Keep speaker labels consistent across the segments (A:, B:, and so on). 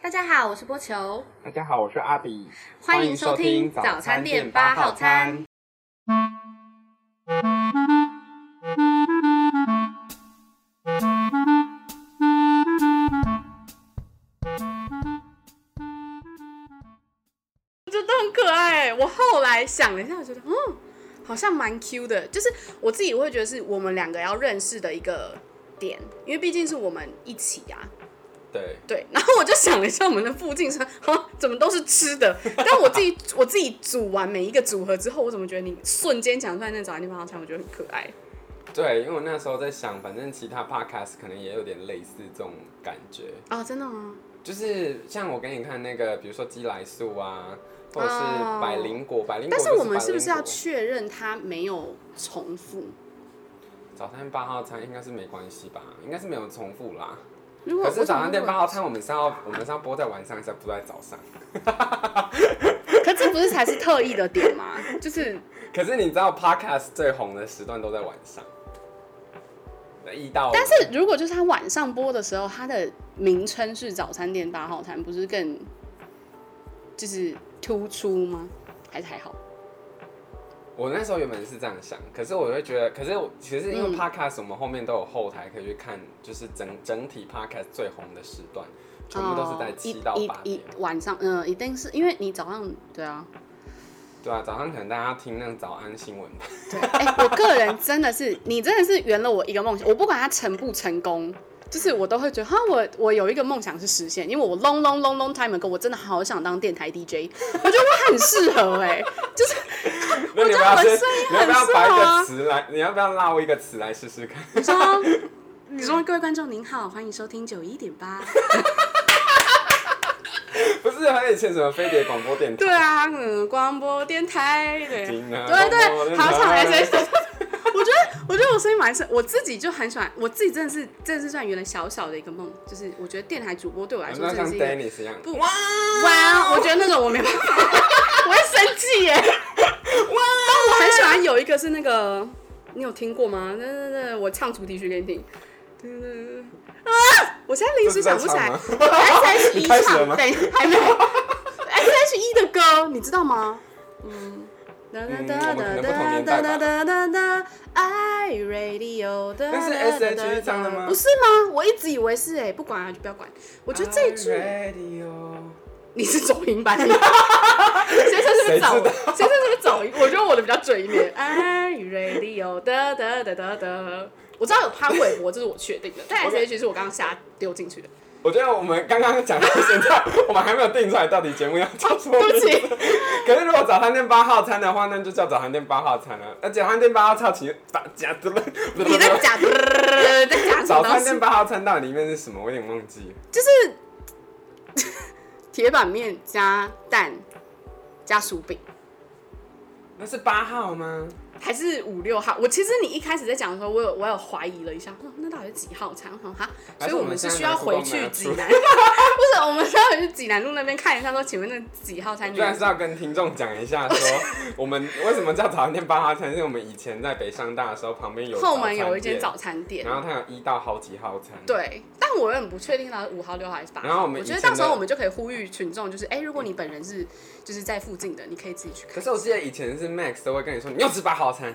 A: 大家好，我是波球，
B: 大家好，我是阿比，
A: 欢迎收听早餐店八号餐。。我觉得很可爱。我后来想了一下，我觉得嗯，好像蛮 Q 的，就是我自己会觉得是我们两个要认识的一个点，因为毕竟是我们一起啊。
B: 对，
A: 对，然后我就想了一下，我们的附近是啊，怎么都是吃的？但我自己我自己组完每一个组合之后，我怎么觉得你瞬间讲出来那早餐店八号餐，我觉得很可爱。
B: 对，因为我那时候在想，反正其他 podcast 可能也有点类似这种感觉，
A: 哦，真的吗？
B: 就是像我给你看那个，比如说鸡来素啊，或者是
A: 哦
B: 百灵果，百灵果
A: 但
B: 就是百灵果。
A: 我们是不是要确认它没有重复？
B: 早餐八号餐应该是没关系吧？应该是没有重复啦。
A: 如果
B: 可是早餐店八
A: 吧，
B: 号餐我们是要我们是要播在晚上，是要播在早上。
A: 可这不是才是特意的点吗？就是
B: 可是你知道 podcast 最红的时段都在晚上，一到
A: 但是如果就是他晚上播的时候，它的名称是早餐店八号餐，不是更就是突出吗？还是还好？
B: 我那时候原本是这样想，可是我会觉得，可是我其实因为
A: 嗯
B: podcast 我们后面都有后台可以去看，就是整整体 podcast 最红的时段，全部都是在
A: 哦
B: 七到八
A: 一一
B: 点
A: 一。晚上，嗯、一定是因为你早上对啊，
B: 对啊，早上可能大家听那种早安新 闻吧。
A: 对，哎、我个人真的是，你真的是圆啊哎了我一个梦想。我不管它成不成功，就是我都会觉得，哈，我我有一个梦想是实现，因为我 long long long long time ago，我真的好想当电台 DJ，我觉得我很适合哎、
B: 那你要不要
A: 觉得我
B: 先
A: 声音
B: 你要不要把一
A: 很适合啊
B: 个词来？你要不要拉我一个词来试试看？
A: 你说，嗯你说，各位观众您好，欢迎收听九一点八。
B: 不是还有以前什么飞碟广播电台？
A: 对啊，嗯，广播电台，对，
B: 金啊
A: 对
B: 广播电
A: 对，
B: 台
A: 好吵哎，谁谁？ 我觉得，我觉得我声音蛮深，我自己就很喜欢，我自己真的是，真的是算原来小小的一个梦，就是我觉得电台主播对我来
B: 有
A: 说
B: 没有
A: 真的
B: 像
A: 是一个
B: Dennis 一样？
A: 不哇，我觉得那种我没办法，我会生气耶。哇，但我很喜欢有一个是那个，你有听过吗？那那那，我唱主题曲给你听。啊！我现在临时想不起来
B: 这是
A: ，S H
B: 你
A: E
B: 开始了
A: 唱，
B: 吗
A: 等一下还没有 S H E 的歌，你知道吗？嗯，
B: 嗯我们可能不同年代吧
A: 哒哒哒，I Radio 的，
B: 那是 S.H.E 唱的吗
A: 不是吗？我一直以为是哎，不管啊，就不要管。我觉得这一句
B: I'm ready, oh
A: 你是走音版的，先生是不是走
B: 谁知？
A: 先生是不是走音？我觉得我的比较准一 点。I 哎 radio 哒哒哒哒哒。我知道有潘玮柏，这是我确定的，但 S
B: OK
A: H 是我刚刚瞎丢进去的。
B: 我觉得我们刚刚讲到现在， 我们还没有定出来到底节目要叫什么名字。
A: 哦对不
B: 可是如果早餐店八号餐的话，那就叫早餐店八号餐了、那早餐店八号餐其实把夹子了，不
A: 你在假 在假什
B: 早
A: 么东
B: 餐
A: 西
B: 店？八号餐到底里面是什么？我有点忘记。
A: 就是铁板面加蛋加薯饼，
B: 那是八号吗？
A: 还是五六号？我其实你一开始在讲的时候，我有我有怀疑了一下，哦那到底是几号餐？哈哈，
B: 还
A: 所以
B: 是
A: 我
B: 我
A: 们
B: 们
A: 是
B: 现在
A: 需要
B: 拿出
A: 回
B: 光
A: 去
B: 拿
A: 济
B: 出
A: 南，不 是我们是要回去济南路那边看一下，说请问那几号 餐
B: 我然
A: 原
B: 是要跟听众讲一下说我们为什么叫早餐店八号餐，是我们以前在北上大的时候旁边有
A: 后门有一间
B: 早
A: 早餐
B: 餐店，
A: 店
B: 然，后它有一到好几号餐。
A: 对，但我很不确定它是五号、六号还是八号。
B: 然后我们
A: 我
B: 以
A: 觉得
B: 前
A: 到时候
B: 的
A: 我们就可以呼吁群众，就是哎、如果你本人是就是在附近的，你可以自己去看。
B: 可是我记得以前是 Max 都会跟你说你要吃八号餐，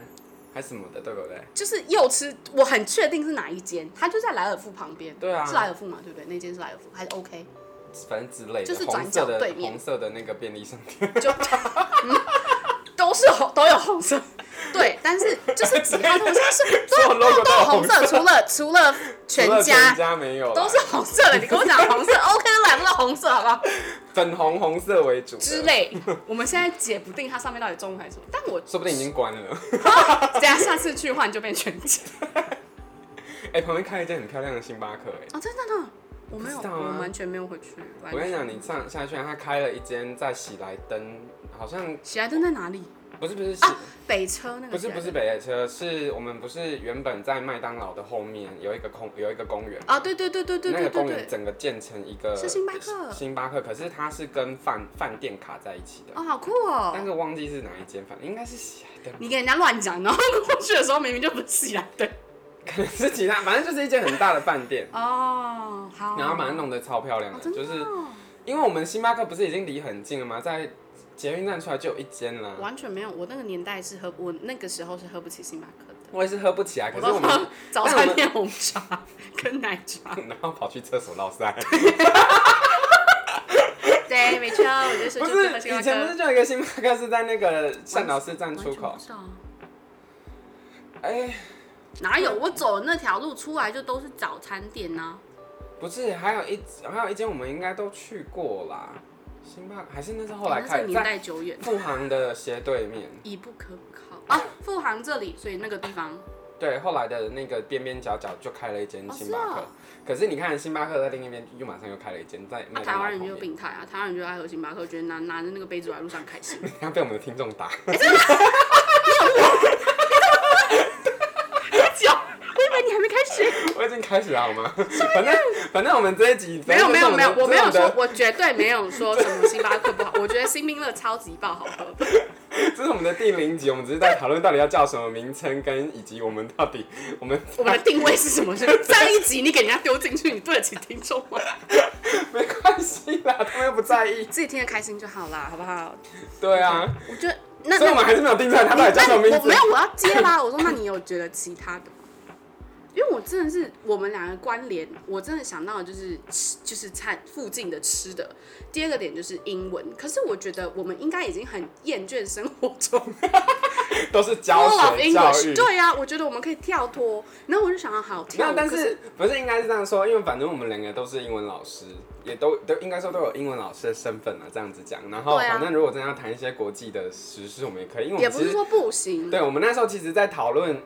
B: 还是什么的，对不对？
A: 就是又吃，我很确定是哪一间，它就在莱尔富旁边。
B: 对啊
A: 是莱尔富嘛，对不对？那间是莱尔富，还是 OK？
B: 反正之类的，
A: 就是转
B: 红
A: 角
B: 色的
A: 对面
B: 红色的那个便利商店，
A: 就、嗯都是红，都有红色。对，但是就是几号都是
B: 所有 logo
A: 都
B: 都
A: 有
B: 有
A: 红
B: 红色
A: 色，除了除了全
B: 除了
A: 家
B: 全家没有啦，
A: 都是红色的。你跟我讲红色，OK，来不到红色好不好？
B: 粉红红色为主的
A: 之，类，我们现在解不定它上面到底中文还是什么，但我
B: 说不定已经关了。
A: 等一下下次去换就变全家。
B: 哎、旁边开一间很漂亮的星巴克、哎。
A: 哦，真的呢，我没有，
B: 不知道啊
A: 我完全没有回去。完
B: 我跟你
A: 全
B: 讲，你上下去，啊他开了一间在喜来登，好像
A: 喜来登在哪里？
B: 不是不是喜，
A: 北车啊那个
B: 不是
A: 喜来登
B: 不是北野车，是我们不是原本在麦当劳的后面有一个空有一个公园，
A: 啊，对对对对对
B: 那
A: 对
B: 个
A: 对
B: 公园
A: 对，
B: 整个建成一个
A: 是星巴克
B: 星巴克，可是它是跟饭饭店卡在一起的，
A: 哦，好酷
B: 但
A: 哦！
B: 是忘记是哪一间，反正应该是喜来登吧。
A: 你给人家乱讲，然后过去的时候明明就不是喜来登，
B: 可能是其他，反正就是一间很大的饭店
A: 哦，好，
B: 然后把它弄得超漂亮
A: 哦
B: 的，
A: 真的
B: 就是
A: 哦
B: 因为我们星巴克不是已经离很近了吗？在捷运站出来就有一间啦。
A: 完全没有。我那个年代是喝，我那个时候是喝不起星巴克的，
B: 我也是喝不起啊来，可
A: 我
B: 是
A: 都
B: 我们
A: 喝
B: 但
A: 早
B: 我
A: 餐
B: 们
A: 店红茶跟奶茶。
B: 然后跑去厕所闹塞。
A: 对，没错，我就说
B: 不
A: 就是喝
B: 以
A: 星巴
B: 前不
A: 克
B: 是。就有一个星巴克是在那个善导市站出口
A: 完全不？是啊
B: 哎、
A: 哪有？我走的那条路出来就都是早餐店啊呐、
B: 不是，还有一还有一间我们应该都去过啦，星巴克还是那是后来
A: 哎那
B: 开
A: 是
B: 的，
A: 年
B: 在
A: 代久远，
B: 富航的斜对面，
A: 已不可靠啊。富航这里，所以那个地方啊
B: 对，后来的那个边边角角就开了一间
A: 哦
B: 星巴
A: 是
B: 克。
A: 哦
B: 可是你看，星巴克在另一边又马上又开了一间，在
A: 啊，
B: 麦
A: 台
B: 当劳
A: 湾
B: 旁
A: 人就
B: 边
A: 有，病态啊，台湾人就爱喝星巴克，觉得拿拿着那个杯子走在路上 开心。
B: 你看被我们的听众打。
A: 久，我以为你还没开始。
B: 我已经开始了好吗？反正反正我们这一集
A: 没有没有没有，我没有。
B: 反正就是
A: 说
B: 们，的
A: 我绝对没有说什么星巴克不好，我觉得星冰乐超级爆好喝。
B: 这是我们的第零集，我们只是在讨论到底要叫什么名称，跟以及我们到底我们
A: 我们的定位是什 么？是上一集你给人家丢进去，你对得起听众吗？
B: 没关系啦，他们又不在意。
A: 自己听得开心就好啦，好不好？
B: 对啊，
A: 我觉得那
B: 所以
A: 那
B: 我们还是没有定出来他到
A: 嗯那
B: 底叫什么名
A: 我
B: 字。
A: 没有，我要接啦。我说，那你有觉得其他的吗？因为我真的是我们两个关联，我真的想到的就是吃，就是餐附近的吃的。第二个点就是英文，可是我觉得我们应该已经很厌倦生活中
B: 都是教
A: all of
B: 学教
A: English。
B: 育。
A: 对啊，我觉得我们可以跳脱。然后我就想要好跳
B: 那
A: 舞，
B: 但
A: 可
B: 是不是应该是这样说？因为反正我们两个都是英文老师，也都都应该说都有英文老师的身份啊，这样子讲。然后
A: 对啊
B: 反正如果真的要谈一些国际的时事，我们也可以，因为我
A: 也
B: 们
A: 不
B: 其
A: 是
B: 实
A: 说不行。
B: 对我们那时候其实，在讨论，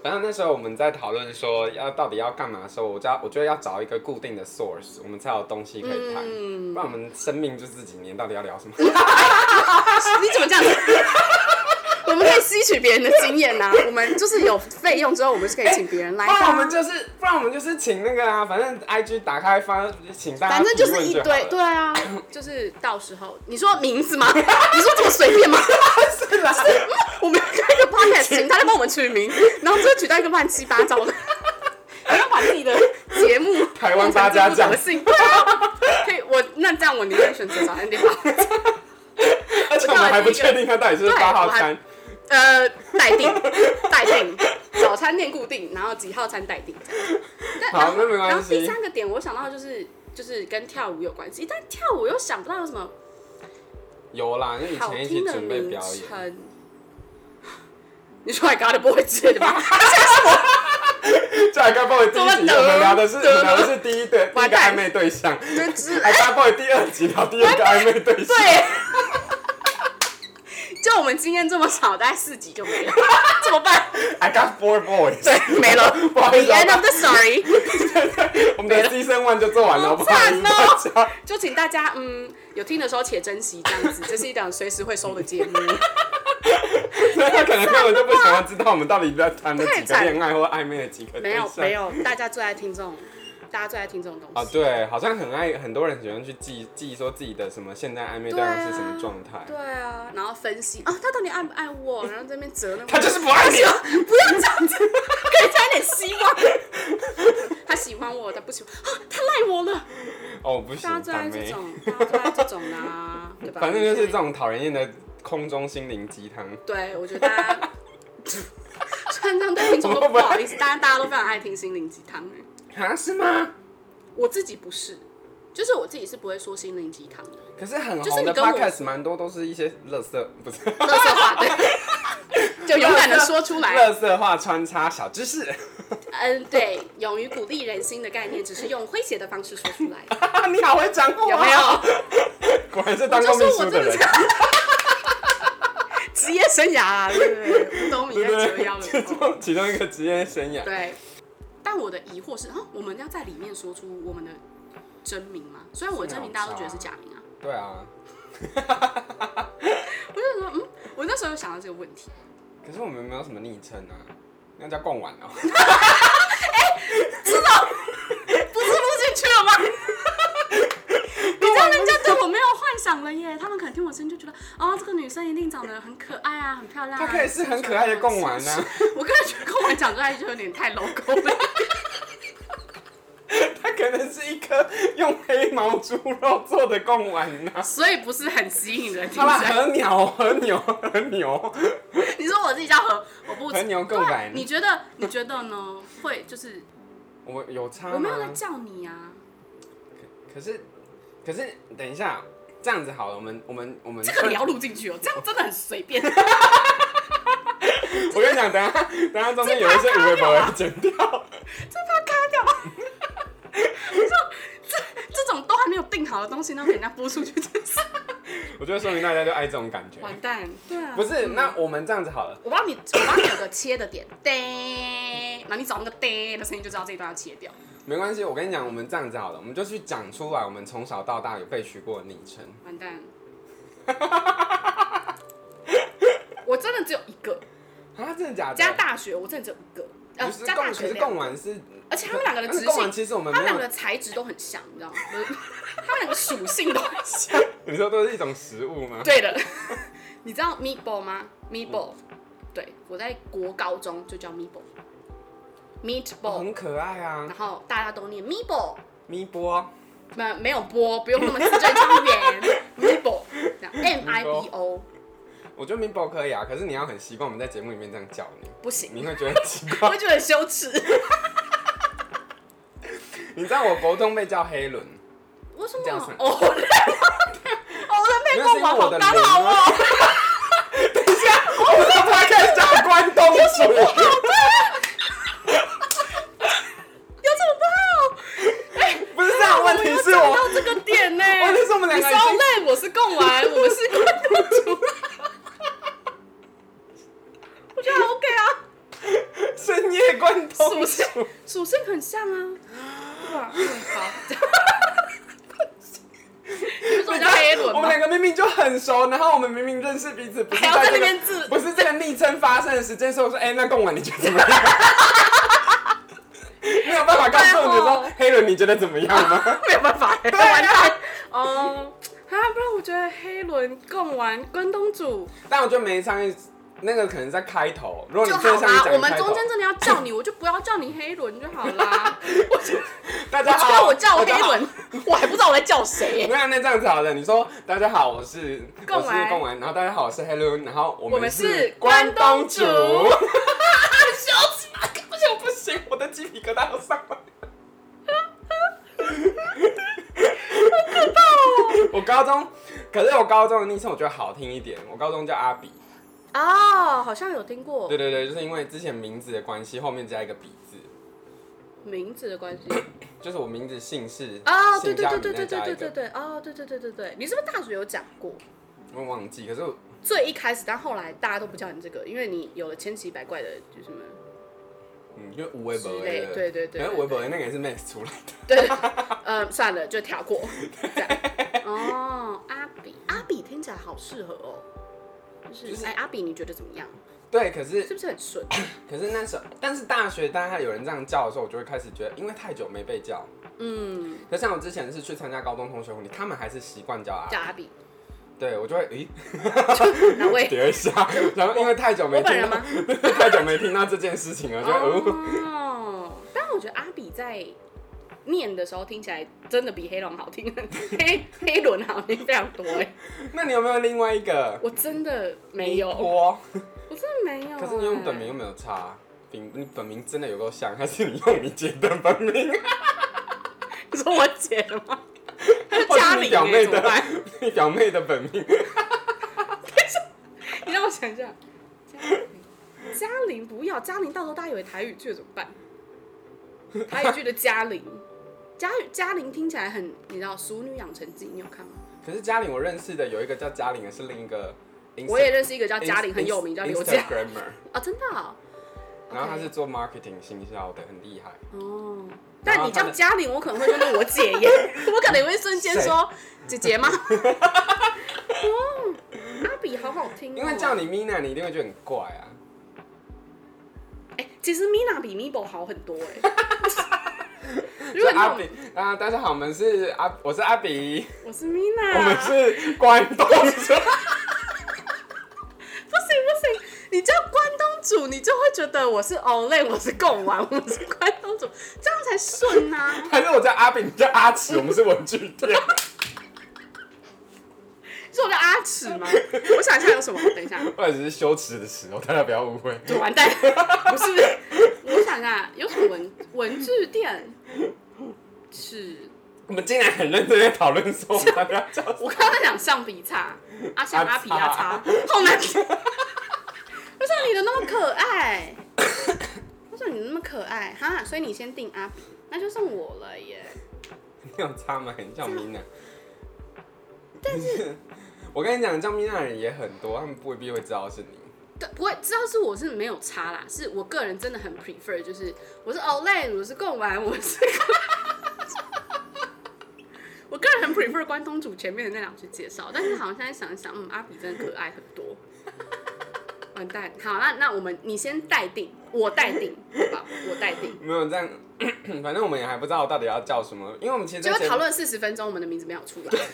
B: 反正那时候我们在讨论说要到底要干嘛的时候，我知道我觉得要找一个固定的 source，我们才有东西可以谈，
A: 嗯
B: 不然我们生命就这几年到底要 聊什么？
A: 啊你怎么这样子？ 我们可以吸取别人的经验呐、我们就是有费用之后，我们是可以请别人来
B: 不
A: 的、
B: 然我
A: 啊
B: 们。就是，不然我们就是请那个啊，反正 IG 打开发，请大家
A: 反正
B: 提
A: 就
B: 问就
A: 是一
B: 好了
A: 堆，对啊， 就是到时候你说名字吗？ 你说这么随便吗？
B: 是 啦，
A: 我们开个 podcast，请大家帮我们取名，然后就取到一个乱七八 糟的，不哎要把自己的 节目
B: 台湾八家
A: 讲
B: 将
A: 的性，对啊，可以，我那这样我宁愿选择早餐店吧，
B: 而且我们还不确定它到底是不是
A: 对
B: 八号
A: 我还
B: 餐。
A: 呃，待定，待定，早餐店固定，然后几号餐待定这样。但
B: 好
A: 然后
B: 那没关系
A: 然后第三个点我想到的就是就是跟跳舞有关系，但跳舞又想不到有什么
B: 有啦，因为以
A: 好
B: 前一起
A: 听的
B: 准备
A: 名
B: 表演，
A: 称。 你说 I got it boy 之类的吧？
B: 这还刚 boy 第一
A: 怎么
B: 集
A: 得
B: 我们聊的是我
A: 得
B: 们聊的是第一对第一
A: 完
B: 个
A: 蛋
B: 暧昧对象，
A: 就之
B: 还刚 boy 第二集聊第二个暧昧对象，
A: 对，就我们经验这么少，大概四集就没了，怎么办？
B: I got four boys，
A: 对，没了。
B: 不好
A: The
B: 意思，
A: end of the story，
B: 我们的 season one 就做完了，
A: 好
B: 不好意思
A: 惨哦
B: 大家。
A: 就请大家嗯，有听的时候且珍惜这样子，这是一档随时会收的节目。
B: 所以他可能根本就不想要知道我们到底在谈了几
A: 太
B: 个
A: 惨
B: 恋爱或暧昧的几个对
A: 没有
B: 象。
A: 没有，大家最爱听这种，大家最爱听这种东
B: 啊，
A: 西。
B: 对，好像很爱很多人喜欢去记记说自己的什么现在暧昧对象是什么状态，
A: 对啊，然后分析啊，他到底爱不爱我，然后在那边折那 个。
B: 他就是不爱你啊，
A: 不要这样子，可以加一点希望。他喜欢我，他不喜欢啊，他赖我 了。
B: 哦，不行
A: 大家，最爱
B: 反
A: 这
B: 妹，
A: 种，大家最爱这种啦，对吧？
B: 反正就是这。种讨人厌的空中心灵鸡汤。
A: 对，我觉得大家，虽然这样对听众都不好意思，大家大家都非常爱听心灵鸡汤哎。
B: 啊，是吗？
A: 我自己不是，就是我自己是不会说心灵鸡汤的，
B: 可是很
A: 就是
B: 红
A: 你
B: 的
A: 跟我
B: podcast 蛮多都是一些乐色，不是
A: 乐色 话对，就勇敢的说出来。
B: 乐色话穿插小知识。
A: 嗯，对，勇于鼓励人心的概念，只是用诙谐的方式说出来，
B: 你好会讲话，
A: 有没有？
B: 果然是
A: 我
B: 当
A: 就
B: 过
A: 说
B: 秘
A: 我
B: 书
A: 真
B: 的
A: 的
B: 人
A: 是。职业生涯啊，对不对？都
B: 对
A: 已
B: 不
A: 在折腰
B: 对？ 其
A: 了。
B: 中其中一个职业生涯，
A: 对，但我的疑惑是，啊，我们要在里面说出我们的真名吗？虽然我的真名大家都觉得是假名啊，
B: 对啊。
A: 我就说，
B: 哦
A: 嗯，我那时候有想到这个问题，
B: 可是我们没有什么昵称啊，那叫逛碗 哦。
A: 不是录进去了吗？你这样人家对我没有幻想了耶，他们可能听我声音就觉得，哦，这个女生一定长得很可爱啊，很漂亮、啊。
B: 它可以是很可爱的贡丸啊，
A: 我个人觉得贡丸讲出来就有点太 logo 了。
B: 它可能是一个个用黑毛猪肉做的贡丸呢、
A: 所以不是很吸引人。听
B: 好啦，
A: 起来，
B: 和鸟，和牛，和牛，
A: 你说我自己叫和，我不
B: 和牛贡丸，
A: 你觉得你觉得呢？会就是
B: 我有差吗？
A: 我没有在叫你啊，
B: 可是，可是，等一下，这样子好了，我们我们我们
A: 这个你要录进去哦，这样真的很随便。
B: 我跟你讲，等一下等一下中间有一些五位宝要剪掉，
A: 这种都还没有定好的东西，然后给人家播出去，真是
B: 我觉得说明大家就爱这种感觉。
A: 完蛋。对啊，
B: 不是，那我们这样子好了，
A: 我帮你，我帮你有个切的点， 叮，然后你找那个叮的声音就知道这一段要切掉。
B: 没关系，我跟你讲，我们这样子好了，我们就去讲出来，我们从小到大有被取过的昵称。
A: 完蛋，我真的只有一个，
B: 啊，真的假的？
A: 加大学我真的只有一个，呃，
B: 不是
A: 加
B: 共，
A: 大
B: 可
A: 学
B: 是
A: 两
B: 贡
A: 个，
B: 丸是，
A: 而且他们两个的
B: 但
A: 直
B: 是贡丸
A: 性，
B: 其实我
A: 他
B: 们
A: 们
B: 没
A: 两个
B: 有，
A: 的材质都很像，你 知道吗？就是他们两个属性都很像。
B: 你说都是一种食物吗？
A: 对的，你知道 meatball 吗？meatball，、对
B: 嗯
A: 我在国高中就叫 meatball。
B: 哦
A: meatball，、
B: 很可爱啊
A: 然，后大家都念 meatball，
B: 咪波，
A: 没没有波，不用那么字正腔 圆，meatball，这样 m i b o
B: 我觉得咪波可以啊，可是你要很习惯我们在节目里面这样叫你，
A: 不行，
B: 你会觉得很奇怪。
A: 我会觉得很羞耻。
B: 你知道我国中被叫黑 轮，
A: 为什
B: 这样
A: 么
B: 算？
A: 哦， 我的哦我的
B: 那
A: 配
B: 是
A: 过
B: 因为
A: 网
B: 我
A: 好
B: 的
A: 刚
B: 轮
A: 好
B: 吗
A: 哦。？
B: 等一下，我们的 podcast 叫关东煮，
A: 有什么不好？
B: 不是这样。问题是
A: 讲
B: 我，
A: 到这个点呢、
B: 问题是 我们两
A: 你
B: 个
A: 稍
B: 已经
A: 累，我是贡丸，我们是共主。我觉得还 OK 啊，
B: 深夜关
A: 属
B: 东
A: 性
B: 煮。
A: 属性很像啊，对 吧？嗯，好。你不是说叫黑轮
B: 我们
A: 吗？
B: 两个明明就很熟，然后我们明明认识彼此，不是
A: 还要
B: 在
A: 在
B: 这
A: 那
B: 个
A: 边自
B: 不是这个昵称发生的时间，所以我说，哎、那贡丸你觉得怎么样？没有办法告诉你说，黑人你觉得怎么样吗？
A: 没有办法，完
B: 完蛋
A: 蛋。啊哦，啊，不然我觉得黑轮贡丸关东煮
B: 但我觉得没上一那个可能在开头，如果你
A: 就
B: 真的
A: 好
B: 像你
A: 啦
B: 讲。的
A: 我们
B: 开头
A: 中间真的要叫你，我就不要叫你黑轮就好 啦。
B: 大家好，
A: 叫
B: 大
A: 我叫黑
B: 家好
A: 轮，哦我还不知道我在叫谁耶。
B: 没有， 那这样子好了，你说大家好，我是
A: 贡
B: 我是
A: 丸
B: 贡丸，然后大家好，我是 Hello，然后我
A: 我们
B: 是
A: 是关东
B: 煮
A: 煮
B: 羞耻，不行不行，我的鸡皮疙瘩要上来。 我高中，可是我高中的昵称我觉得好听一点，我高中叫阿比，
A: 哦，好像有听过
B: 对对对，就是因为之前名字的关系，后面加一个比字，
A: 名字的关系。
B: 就是我名字姓氏
A: 哦，
B: 姓
A: 对对
B: 加
A: 对
B: 名
A: 对
B: 再
A: 对对
B: 加一
A: 对对
B: 个，
A: 对，哦，对对对对对，你是不是大学有讲过？
B: 我忘记，可是我
A: 最一开始，但后来大家都不叫你这个，因为你有了千奇百怪的，就什么
B: 嗯，因为无为
A: 之
B: 本
A: 类，对对对
B: 可是
A: 对
B: 微博那个也是 Max 出来的，
A: 对，呃，算了，就跳过。这样哦，阿比，阿比听起来好适合哦。就是
B: 就是
A: 哎、阿比，你觉得怎么样？
B: 对，可是
A: 是不是很顺？
B: 可是那时候，但是大学大家有人这样叫的时候，我就会开始觉得，因为太久没被叫。
A: 嗯，
B: 可像我之前是去参加高中同学婚礼，他们还是习惯叫啊
A: 叫，阿 比，
B: 对我就会咦
A: 哪位？
B: 叠一 下，然后因为太久没
A: 我本
B: 听
A: 人
B: 到
A: 吗，？
B: 太久没听到这件事情了，就会哦。
A: 哦， 但我觉得阿比在念的时候听起来真的比黑龙好听， 黑黑轮好听非常多哎。
B: 呃那你有没有另外一个？
A: 我真的没有，哦我
B: 我，
A: 真的没有哎。
B: 可是你用本名又没有差，你你本名真的有够像，还是你用你姐的本名？
A: 你说我姐的吗？她是
B: 或哦
A: 嘉
B: 是你
A: 玲
B: 表
A: 哎，
B: 妹
A: 怎么
B: 的
A: 办？，
B: 你表妹的本名？
A: 你让我想一下，嘉玲，嘉玲不要，嘉玲到时候大家以为台语剧怎么 办？台语剧的嘉玲，嘉嘉玲听起来很，你知道《熟女养成记》，你有看吗？
B: 可是嘉玲，我认识的有一个叫嘉玲，是另一个 Insta-
A: 我也认识一个叫
B: Inst-
A: 嘉玲，很有名，叫刘嘉。
B: Instagrammer，
A: 啊，真的哦、
B: 然后他
A: OK
B: 是做 marketing 行销的，很厉害。
A: 哦。
B: 然
A: 但
B: 后
A: 你
B: 他
A: 叫
B: 的
A: 嘉玲，我可能会说那我姐 耶，我可能也会瞬间说姐姐吗？哦，阿比好好听、哦，
B: 因为叫你 Mina，你一定会觉得很怪啊。
A: 哎、其实 Mina 比 Mibo 好很多 哎、 如
B: 就
A: 果你
B: 阿
A: 要
B: 比啊，大家好，我们是阿，我是阿比，
A: 我是
B: 我们
A: Mina，
B: 是关东煮。
A: 不行不行，你叫关东煮，你就会觉得我是 Olay，我是贡丸， 我是关东煮，这样才顺啊。
B: 还是我叫阿炳，你叫阿奇，我们是文具店。
A: 是我叫阿齿吗？我想一下有什么，等一下，
B: 或者只是羞耻的耻哦，大家不要误会。
A: 就完蛋。 不是， 我想一下有什么文文具店是。
B: 我们竟然很认真在讨论说我们要不要叫
A: 我刚刚在讲橡皮擦，阿橡
B: 阿
A: 阿皮阿
B: 擦
A: 擦，好难听。不像你的那么可爱，不像你的那么可爱哈，所以你先定阿比，那就剩我了耶。
B: 你有差吗？你叫米 娜。但是， 我跟你讲，叫米娜的人也很多，他们未必会知道是你。
A: 对，不会知道是我是没有差啦，是我个人真的很 prefer，就是我是 Olay，我是贡丸，我是。 我个人很 prefer 关东煮前面的那两句介绍，但是好像现在想一想，嗯，阿比真的可爱很多。完蛋，好，那那我们你先待定，我待定，好吧，我待定。
B: 没有这样，反正我们也还不知道到底要叫什么，因为我们其实
A: 结
B: 在
A: 果
B: 节目
A: 讨论四十分钟，我们的名字没有出来。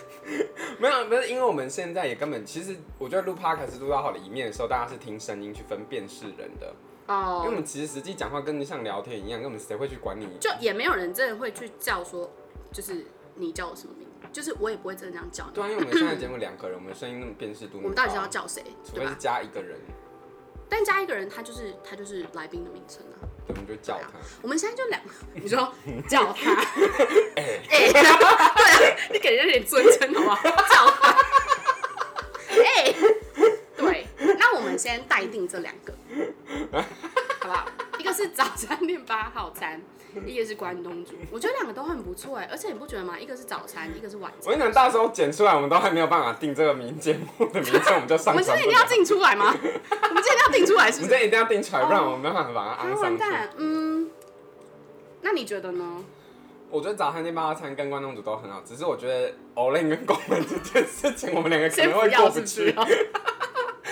B: 没有，不是因为我们现在也根本，其实我觉得录 podcast 录到好的一面的时候，大家是听声音去分辨是人的，因为我
A: 哦，
B: 们其实实际讲话跟像聊天一样，根本谁会去管你？
A: 就也没有人真的会去叫说，就是你叫我什么名字，就是我也不会真的这样叫你。
B: 对啊，因为我们现在节目两个人，我们声音那么辨识度那么高，
A: 我们到底是要叫谁，
B: 除
A: 对
B: 非是
A: 吧？
B: 加一个人，
A: 但加一个人，他就是他就是来宾的名称啊。
B: 对我们就叫他。
A: 我们现在就 两，你说叫他， 哎，对啊，你给人家点尊称好不好？叫他，哎，对，那我们先待定这两个，好不好？一个是早餐店八号餐，一个是关东煮，我觉得两个都很不错哎，而且你不觉得吗？一个是早餐，一个是晚
B: 我
A: 餐。
B: 跟你讲，到时候剪出来，我们都还没有办法定这个名节目的名称，我们就
A: 我
B: 上
A: 们今
B: 传
A: 天一
B: 不
A: 定
B: 了。
A: 要定出来吗？我们今天一定要定出来
B: 我
A: 是不
B: 们
A: 是
B: 这？一定要定出来，
A: 哦
B: 不然我们没办法把它
A: 啊，
B: 安
A: 完
B: 上去。
A: 蛋，嗯，那你觉得呢？
B: 我觉得早餐店八号餐跟关东煮都很好，只是我觉得 Olin 跟宫本这件事情，我们两 个可
A: 先
B: 能
A: 不
B: 会过
A: 要
B: 不
A: 是哦不
B: 去
A: 是？。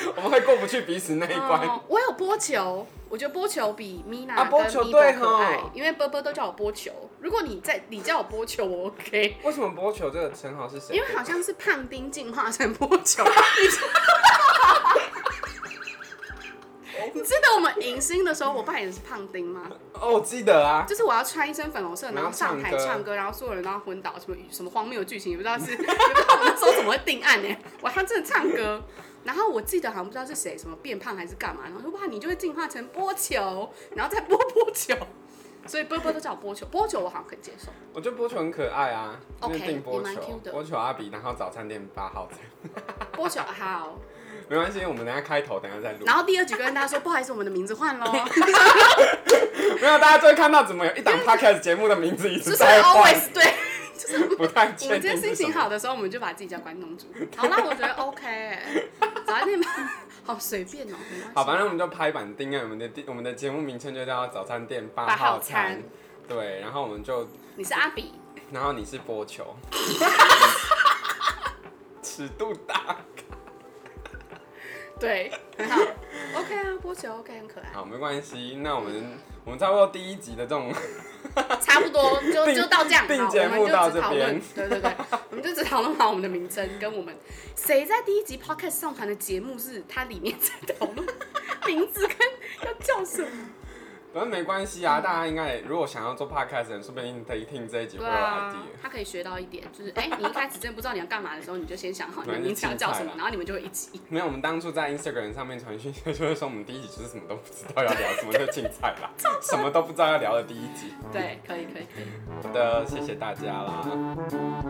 B: 我们会过不去彼此那一关。
A: 哦我有播球，我觉得播球比 Mina
B: 啊
A: 跟
B: 播球
A: Mibo
B: 对
A: 可爱
B: 吼，
A: 因为波波都叫我播球。如果你在，你叫我播球，我 OK。
B: 为什么波球这个称号是谁？
A: 因为好像是胖丁进化成波球， 你知道 你记得我们迎新的时候，我扮演的是胖丁 吗？
B: 哦，我记得啊，
A: 就是我要穿一身粉红色，然
B: 然后
A: 后上
B: 唱
A: 台
B: 歌
A: 唱歌，然后所有人都要昏倒，什么什么荒谬的剧情，也不知道是， 也不知道我那时候怎么会定案呢、我还真的唱歌，然后我记得好像不知道是谁，什么变胖还是干嘛，然后说哇，你就会进化成波球，然后再波波球， 所以波波都叫我波球，波球我好像可以接受。
B: 我觉得波球很可爱啊，就
A: OK，
B: 是定波
A: 你蛮
B: 球
A: cute，的
B: 波球阿比，然后早餐店八号餐，
A: 波球好，
B: 没关系，我们等一下开头，等一下再录。
A: 然后第二局跟大家说，不好意思，我们的名字换 喽，
B: 没有，大家就会看到怎么有一档 podcast 节目的名字一
A: 就
B: 直
A: 是
B: 在换，
A: always 对。
B: 不太
A: 我
B: 确定
A: 们今天心
B: 是什
A: 情
B: 么。
A: 好的时候，我们就把自己叫关东煮。好啦，我觉得 OK，欸早餐店吧 好随便哦、没关系
B: 好，反正我们就拍板定案，我们的我们的节目名称就叫早餐店八
A: 八号
B: 号餐
A: 餐。
B: 对，然后我们就，
A: 你是阿比，
B: 然后你是波球， 尺度大。
A: 对，很好，OK 啊，波球 OK 很可爱，
B: 好，没关系，那我们我们差不多第一集的这种
A: 差不多就
B: 并
A: 就到这样，
B: 并
A: 好，
B: 节
A: 我
B: 目
A: 们就
B: 到
A: 只
B: 这
A: 讨
B: 边
A: 论，对对对，我们就只讨论好我们的名称跟我们谁在第一集 Podcast 上传的节目是它里面在讨 论名字跟要叫什么，
B: 反正没关系
A: 嗯
B: 啊，大家应该也如果想要做 podcast 的人，说不定可以听这一集会
A: 对
B: 有
A: 啊
B: idea。，
A: 他可以学到一点，就是哎、你一开始真的不知道你要干嘛的时候，你就先想好你的
B: 反正
A: 名字要叫什
B: 竞赛
A: 么
B: 啦，
A: 然后你们就会一起。
B: 没有，我们当初在 Instagram 上面传讯息，就是说我们第一集就是什么都不知道要聊，什么就竞赛 啦，什么都不知道要聊的第一集。
A: 对，可以可以可以。
B: 好的，谢谢大家啦。